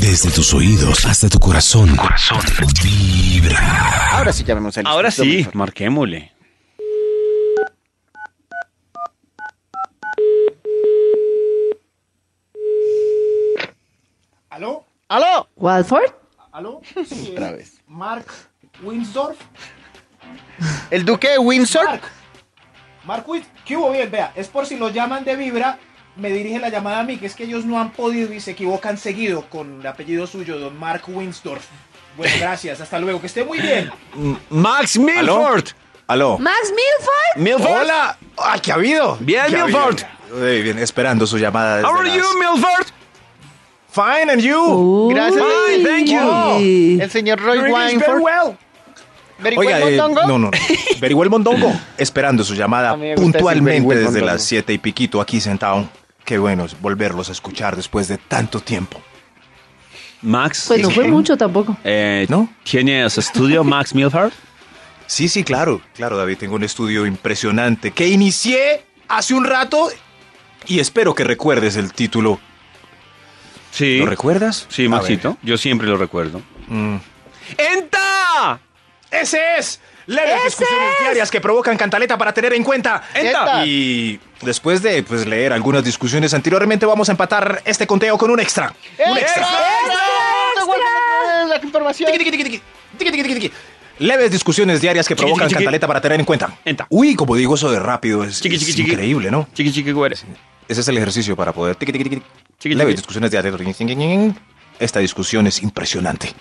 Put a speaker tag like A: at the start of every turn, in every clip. A: Desde tus oídos hasta tu corazón. Corazón. Vibra.
B: Ahora sí llamemos al
C: Ahora
B: Instituto
C: sí,
B: Milford.
C: marquémosle.
D: ¿Aló?
B: ¡Aló!
E: ¿Walford?
D: ¿Aló? Sí,
B: Otra
D: es
B: vez.
D: Mark Windsor.
B: ¿El duque de Windsor?
D: Mark. Mark Wind. ¿Qué hubo bien? Vea, es por si lo llaman de vibra, me dirige la llamada a mí, que es que ellos no han podido y se equivocan seguido con el apellido suyo, don Mark Winsdorf. Bueno, gracias, hasta luego, que esté muy bien.
F: Max Milford. ¿Aló?
E: ¿Max Milford?
F: Milford.
G: Hola. Ay, ¿qué ha habido?
F: Bien,
G: ¿Qué ha habido?
F: Milford.
G: Eh, bien, esperando su llamada. desde
F: How are
G: las-
F: you, Milford?
G: Fine, and you?
B: Gracias.
F: Fine, thank you.
E: Uy.
B: El señor Roy
G: Your English very
B: Wineford.
G: well.
B: Very
G: Oiga,
B: well,
G: eh,
B: Mondongo.
G: no, no, no. Very well, Mondongo. Esperando su
B: A
G: llamada
B: mí me gusta decir very
G: puntualmente
B: well,
G: desde
B: Mondongo.
G: las siete y piquito aquí sentado. Qué bueno es volverlos a escuchar después de tanto tiempo.
C: Max.
E: Pues no fue mucho tampoco.
C: Eh,
G: ¿No?
C: ¿Tienes estudio, Max Milford?
G: Sí, sí, claro. Claro, David, tengo un estudio impresionante que inicié hace un rato y espero que recuerdes el título.
C: Sí.
G: ¿Lo recuerdas?
C: Sí,
G: A
C: Maxito. Yo siempre lo recuerdo.
G: ver. Mm.
C: ¡Enta!
G: Ese es. Leves discusiones diarias que provocan cantaleta para tener en cuenta.
B: Enta.
G: Y después de pues, leer algunas discusiones anteriormente, vamos a empatar este conteo con un extra. Un
B: ¡Extra!
G: extra.
B: ¡Extra! La información.
G: Tiqui, tiqui, tiqui, tiqui, tiqui, tiqui, tiqui, tiqui. Leves discusiones diarias que
C: Chiqui,
G: provocan
C: chiqui, chiqui.
G: cantaleta para tener en cuenta.
C: Enta.
G: Uy, como digo eso de rápido, es,
C: Chiqui,
G: es
C: chiqui, chiqui.
G: increíble, ¿no?
C: Chiqui, chiqui, güey.
G: Ese es el ejercicio para poder. tiqui, tiqui, tiqui,
C: Chiqui,
G: Leves
C: chiqui.
G: discusiones diarias. Esta discusión es impresionante.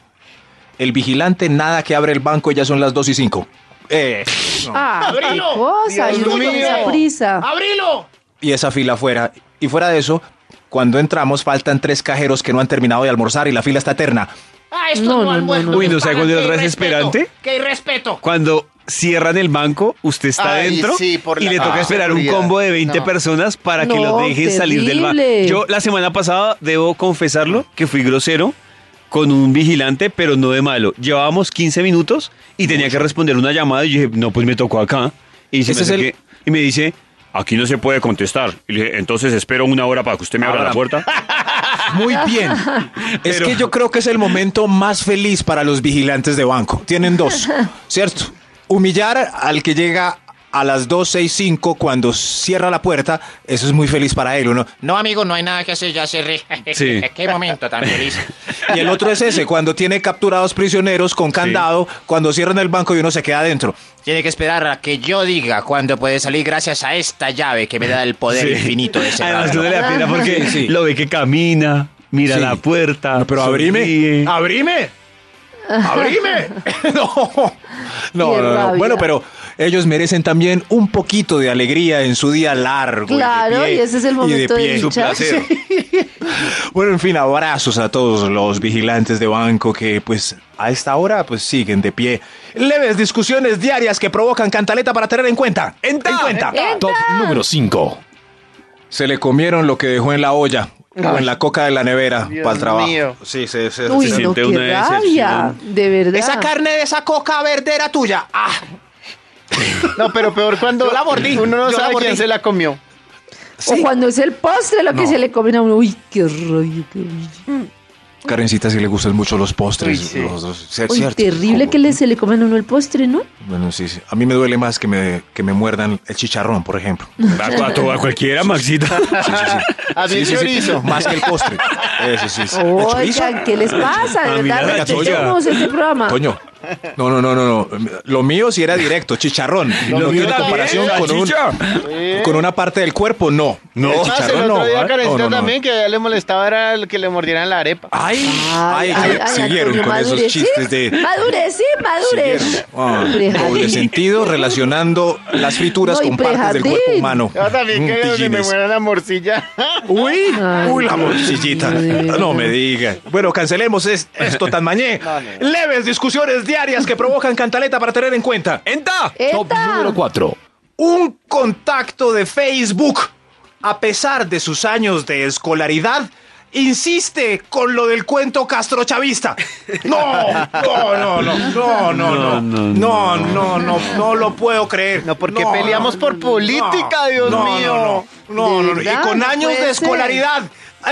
G: El vigilante nada que abre el banco, ya son las 2 y 5. Eh, no.
E: Ah, qué
D: Abrilo.
E: cosa. Y
B: Dios
E: uno con
B: mío. Ah,
E: esa prisa.
D: ¡Abrilo!
G: y esa fila afuera. Y fuera de eso, cuando entramos faltan tres cajeros que no han terminado de almorzar y la fila está eterna.
D: Ah, esto
E: No,
D: no,
E: no, no,
D: almuerzo.
E: no. Uy,
C: no, ¿sabe cuál es
D: Qué
C: desesperante?
D: irrespeto, ¡Qué irrespeto!
C: Cuando cierran el banco, usted está
B: Ay,
C: dentro
B: sí, por
C: y
B: la
C: le toca
B: baja
C: esperar un
B: seguridad.
C: combo de 20
B: No.
C: personas para que
E: No,
C: lo dejen salir del banco.
E: terrible.
C: Yo la semana pasada debo confesarlo que fui grosero con un vigilante, pero no de malo. Llevábamos 15 minutos y tenía que responder una llamada y yo dije, no, pues me tocó acá. Y, se me,
G: Ese es el-
C: acerqué y me dice, aquí no se puede contestar. Y le dije, entonces espero una hora para que usted me abra
G: Ahora-
C: la puerta.
G: Muy bien. es
C: Pero-
G: que yo creo que es el momento más feliz para los vigilantes de banco. Tienen dos, ¿cierto? Humillar al que llega a las 2.65 cuando cierra la puerta, eso es muy feliz para él, ¿no?
H: No, amigo, no hay nada que hacer, ya cerré.
C: Sí.
H: Qué momento tan feliz.
G: Y el otro es ese, cuando tiene capturados prisioneros con candado, cuando cierran el banco y uno se queda adentro.
H: Tiene que esperar a que yo diga cuándo puede salir gracias a esta llave que me da el poder
C: Sí. Ah,
H: infinito de
C: Además, no
H: cerrarlo.
C: le da pena porque
G: Sí, sí.
C: lo ve que camina, mira
G: Sí.
C: la puerta.
G: No, pero
C: sonríe.
G: abrime. ¡Abrime! ¡Abrime! no, no,
E: Qué
G: no, no.
E: rabia.
G: Bueno, pero ellos merecen también un poquito de alegría en su día largo. de
E: Claro,
G: pie
E: y ese es el
G: y de
E: momento de
G: pie.
C: Su
E: Chao.
C: placer.
G: Bueno, en fin, abrazos a todos los vigilantes de banco que, pues, a esta hora, pues, siguen de pie. Leves discusiones diarias que provocan cantaleta para tener en cuenta. En cuenta.
A: Top número 5.
G: Se le comieron lo que dejó en la olla o en la coca de la nevera
B: Dios
G: para el trabajo.
B: mío.
G: Sí, sí, sí.
E: Uy,
C: se
E: no,
C: siente
E: qué
C: una
E: rabia. De verdad.
G: Esa carne de esa coca verde era tuya. Ah,
B: No, pero peor cuando
G: Yo la mordí,
B: uno no
G: yo la
B: sabe quién
G: mordí.
B: se la comió.
E: O cuando es el postre lo que se le comen a uno. Uy, qué rabia, qué rabia.
G: Karencita sí le gustan mucho los postres.
B: Uy, sí.
G: los- los- sí, es
E: Uy,
G: cierto.
E: terrible
G: Como-
E: que le, se le comen a uno el postre, ¿no?
G: Bueno, sí, sí. A mí me duele más que me, que me muerdan el chicharrón, por ejemplo.
C: Ah, A, to- a cualquiera, Maxito.
G: Sí, sí, sí.
B: A mí el chorizo.
G: Más que el postre. Eso sí. sí.
E: Oh,
G: ¿El chorizo?
E: Oigan, ¿qué les pasa?
C: Ah,
E: De
C: mira,
E: verdad,
C: la cholla.
E: respetemos este programa.
G: Coño. No, no, no, no, no. Lo mío sí era directo, chicharrón.
B: Lo
G: no
B: mío
G: tiene
B: también,
G: comparación con, un- con una parte del cuerpo, no. No,
B: Es más, el otro día
G: ¿eh?
B: Karencita
G: No, no, no.
B: también, que a ella le molestaba era el que le mordieran la arepa.
G: Ay, ay, que siguieron
E: Antonio,
G: con
E: madure,
G: esos
E: ¿sí?
G: chistes de.
E: Madure, sí, madure.
G: siguieron. Ah,
E: Prejadín.
G: doble sentido relacionando las frituras
E: No, y
G: con partes del
E: prejadín.
G: cuerpo humano.
B: Yo también
G: Mm,
B: quería que me
G: pillines.
B: muera la morcilla.
G: Uy,
E: Ay,
G: uy, la
E: Dios
G: morcillita.
E: mío.
G: No me diga. Bueno, cancelemos es- esto tan mañé.
B: No, no.
G: Leves discusiones diarias que provocan cantaleta para tener en cuenta.
C: ¡Enta!
A: Top número 4.
G: un contacto de Facebook, a pesar de sus años de escolaridad, insiste con lo del cuento castrochavista. No, no, no, no, no, no, no, no, no, no, no lo puedo creer.
B: No, porque peleamos por política, Dios
G: no,
B: mío.
G: No, no, no, no, no,
E: ¿De
G: y
E: verdad?
G: con
E: No
G: años
E: puede
G: de
E: ser.
G: escolaridad.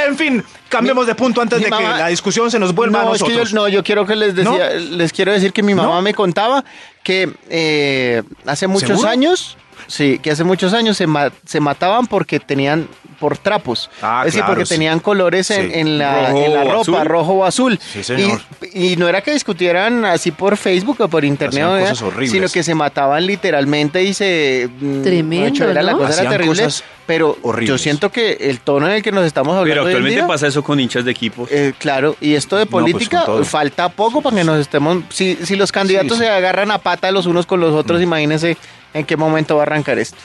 G: En fin, Cambiemos de punto antes
B: mi
G: de
B: mamá-
G: que la discusión se nos vuelva a
B: no, es que
G: nosotros.
B: yo, no, yo quiero que les decía, les quiero decir que mi mamá me contaba que eh, hace muchos
G: ¿Seguro?
B: años, sí, que hace muchos años se, ma- se mataban porque tenían por trapos,
G: Ah,
B: es decir,
G: claro,
B: porque
G: sí.
B: tenían colores en,
G: Sí.
B: en la,
C: Rojo
B: en la
C: o
B: ropa,
C: azul.
B: rojo o azul.
G: Sí, señor.
B: Y, y no era que discutieran así por Facebook o por internet,
G: Hacían
B: ¿verdad?
G: cosas horribles.
B: sino que se mataban literalmente y se mm,
E: Tremendo,
B: hecho, era la
E: ¿no?
B: cosa era
G: Hacían
B: terrible,
G: cosas
B: pero yo
G: horribles.
B: siento que el tono en el que nos estamos hablando
C: Pero
B: hoy en
C: actualmente
B: día-
C: pasa eso con hinchas de equipos.
B: eh, claro, y esto de
G: pues,
B: política
G: con todo.
B: falta poco para que nos estemos. Si, si los candidatos se agarran a pata los unos con los otros, imagínense en qué momento va a arrancar esto.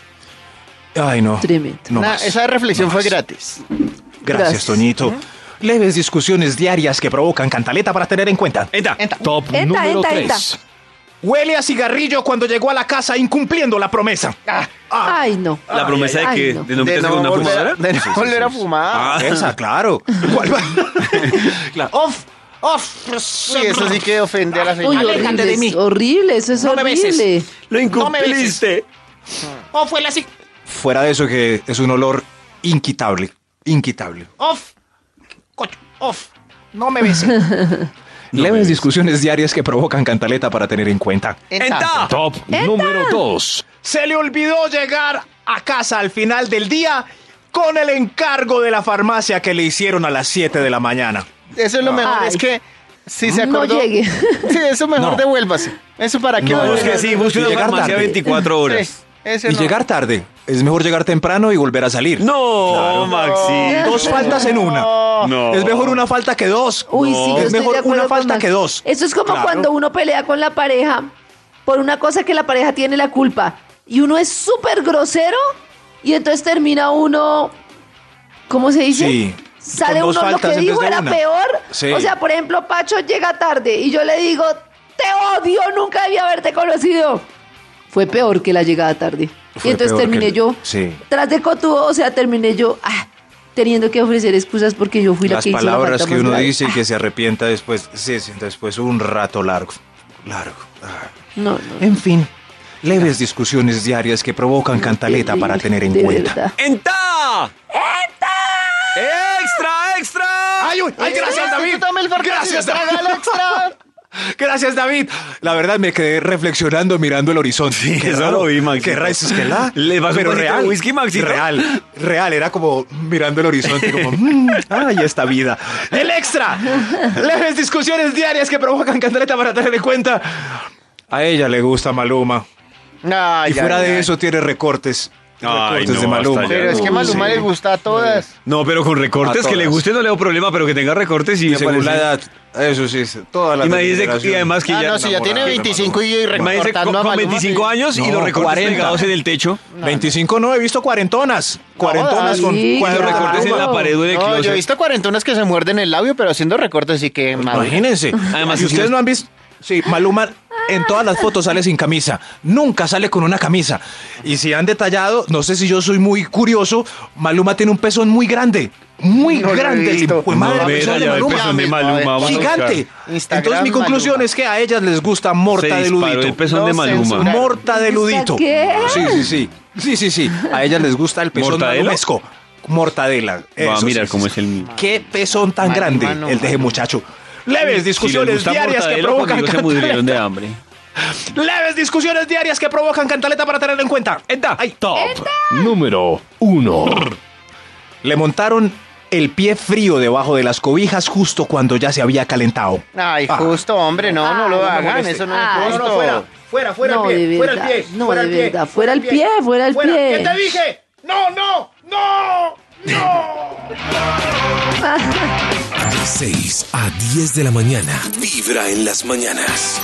G: Ay, no.
E: Tremendo.
G: No
B: Nah,
G: más.
B: esa reflexión
G: No
B: fue
G: más.
B: gratis.
G: Gracias,
E: Gracias.
G: Toñito. Leves discusiones diarias que provocan cantaleta para tener en cuenta.
C: Enta.
F: Top
E: Enta,
F: número
E: enta, enta.
F: 3.
G: Huele a cigarrillo cuando llegó a la casa incumpliendo la promesa. Ah,
E: Ay, no.
C: La promesa
E: ay,
C: de que
E: no.
C: de no meterse con una
B: volver,
C: fumadora.
B: de no volver a fumar.
C: Ah,
G: esa, claro. ¿Cuál va? Oh, Claro. Off, off.
B: Sí, eso sí que ofende a la
E: Uy,
B: señora.
E: horrible, es horrible, eso es
H: No me beses.
E: horrible.
C: Lo incumpliste.
H: Oh, fue la... sig-
G: Fuera de eso que es un olor inquitable, inquitable.
H: Off. Cocho. Off. No me beses.
G: Leves discusiones diarias que provocan cantaleta para tener en cuenta.
C: ¡Enta!
F: Top número 2.
G: Se le olvidó llegar a casa al final del día con el encargo de la farmacia que le hicieron a las 7 de la mañana.
B: Eso es lo mejor,
E: Ay.
B: es que si se
E: No
B: acordó.
E: llegue.
B: Sí, eso mejor
G: No.
B: devuélvase. Eso para qué
G: No,
B: va a
G: es
C: Busque,
G: que
C: sí, busque
G: Y
C: una
G: llegar
C: farmacia
G: tarde.
C: 24 horas.
B: Sí, eso
G: y
B: no.
G: llegar tarde. Es mejor llegar temprano y volver a salir.
C: No, Maxi.
G: Dos faltas en una.
C: No.
G: Es mejor una falta que dos.
E: Uy, sí, yo
G: es
E: estoy
G: mejor
E: de acuerdo
G: una
E: con
G: falta
E: Max.
G: que dos.
E: Eso es como
G: Claro.
E: cuando uno pelea con la pareja por una cosa que la pareja tiene la culpa y uno es súper grosero y entonces termina uno, ¿cómo se dice?
G: Sí,
E: Sale
G: con dos
E: uno lo
G: faltas
E: que
G: en vez
E: dijo
G: de
E: era
G: una".
E: peor.
G: Sí.
E: O sea, por ejemplo, Pacho llega tarde y yo le digo, te odio, nunca debí haberte conocido. Fue peor que la llegada tarde.
G: Fue
E: y entonces
G: peor que
E: terminé
G: el-
E: yo,
G: sí.
E: tras de cotudo, o sea, terminé yo ah, teniendo que ofrecer excusas porque yo fui la
G: Las
E: que hizo la
G: palabras
E: falta
G: que
E: más
G: uno
E: grave.
G: dice y
E: Ah.
G: que se arrepienta después. Sí, sí, después un rato largo. Largo. Ah.
E: No, no.
G: En fin, leves discusiones diarias que provocan cantaleta para tener en
E: De
G: cuenta.
E: verdad.
C: ¡Enta! ¡Enta! ¡Extra, extra!
G: ¡Ay, uy, ay,
C: eh,
G: gracias, David!
B: Tú toma el farmacia,
G: Gracias,
B: traga
G: David.
B: el extra.
G: Gracias, David. La verdad, me quedé reflexionando mirando el horizonte. Qué
C: eso
G: raro.
C: lo vi, Maxito.
G: Qué raro, es que la-
C: ¿Le vas un
G: pero
C: poquito de
G: real.
C: whisky, Maxito?
G: Real, real. Era como mirando el horizonte, como, mm, ay, esta vida. ¡El extra! Leves discusiones diarias que provocan cantaleta para tener en cuenta. A ella le gusta Maluma.
B: Ay,
G: y fuera
B: ay,
G: de
B: ay.
G: eso tiene recortes.
C: Ay,
G: Recortes
C: no,
G: de
C: hasta
G: Maluma.
C: allá.
B: Pero es que
C: Uy,
B: Maluma
C: sí.
B: les gusta a todas.
C: No, pero con recortes,
G: A
C: que le
G: todas.
C: guste no le veo problema, pero que tenga recortes y,
G: Y
C: me
G: según la
C: parece-
G: edad, eso sí, toda la
C: Imagínese, y además que
B: Ah,
C: ya...
B: no, si ya tiene
G: enamorado de
B: 25 y
C: Imagínese con,
B: recortando a
C: con
B: Maluma,
C: 25
B: sí.
C: años y
G: No,
C: los recortes
G: 40.
C: pegados en el techo.
G: 25 no, he visto cuarentonas. Cuarentonas
B: ay,
G: con
E: sí,
G: cuando
C: Los
E: Claro.
C: recortes en la pared o en el
B: No, yo he
C: closet.
B: visto cuarentonas que se muerden el labio, pero haciendo recortes y que madre.
G: Imagínense.
C: Además,
G: Además, si
C: sí,
G: ustedes
C: sí.
G: no han visto. Sí, Maluma en todas las fotos sale sin camisa. Nunca sale con una camisa. Y si han detallado, no sé si yo soy muy curioso, Maluma tiene un pezón muy grande. Muy
B: No lo he
G: grande. el
B: visto.
G: hijo
C: No,
G: de madre,
C: a
G: el
C: ver,
G: pezón de
C: allá el
G: Maluma.
C: pezón de
B: Ya,
C: Maluma.
B: mismo, a ver.
C: vamos a buscar.
G: Gigante.
B: Instagram
G: Entonces mi conclusión
B: Maluma.
G: es que a ellas les gusta Morta
C: Se
G: de
C: disparó
G: Ludito.
C: el pezón de
B: No
C: Maluma.
B: censura.
G: Morta de
E: ¿Les gusta
G: Ludito.
E: qué?
G: Sí, sí, sí. Sí, sí, sí. A ellas les gusta el pezón
C: ¿Mortadela?
G: malumesco. Mortadela.
C: Va a
G: Eso,
C: mirar
G: sí,
C: cómo
G: sí,
C: es
G: sí.
C: el mío.
G: Qué pezón tan
B: Mano,
G: grande
B: mano,
G: el de ese
B: mano.
G: muchacho. Leves discusiones diarias que provocan
C: se mudrieron
G: cantaleta.
C: de hambre.
G: Leves discusiones diarias que provocan cantaleta para tener en cuenta. Enta. Ay.
F: Top número 1.
G: Le montaron el pie frío debajo de las cobijas justo cuando ya se había calentado.
B: Ay,
G: Ah.
B: justo, hombre, no, no
E: Ay,
B: lo
E: Ah, no me
B: hagan,
G: moleste.
B: eso no
E: Ay,
B: es
E: no,
B: justo.
E: no,
D: Fuera, fuera, fuera
E: No,
D: el
E: de
D: pie. Fuera el
E: verdad,
D: pie.
E: no,
D: fuera
E: de
D: el pie.
E: verdad, fuera el pie, fuera el pie.
D: ¿Qué te dije? No, no, no, no.
A: 6 a 10 de la mañana. Vibra en las mañanas.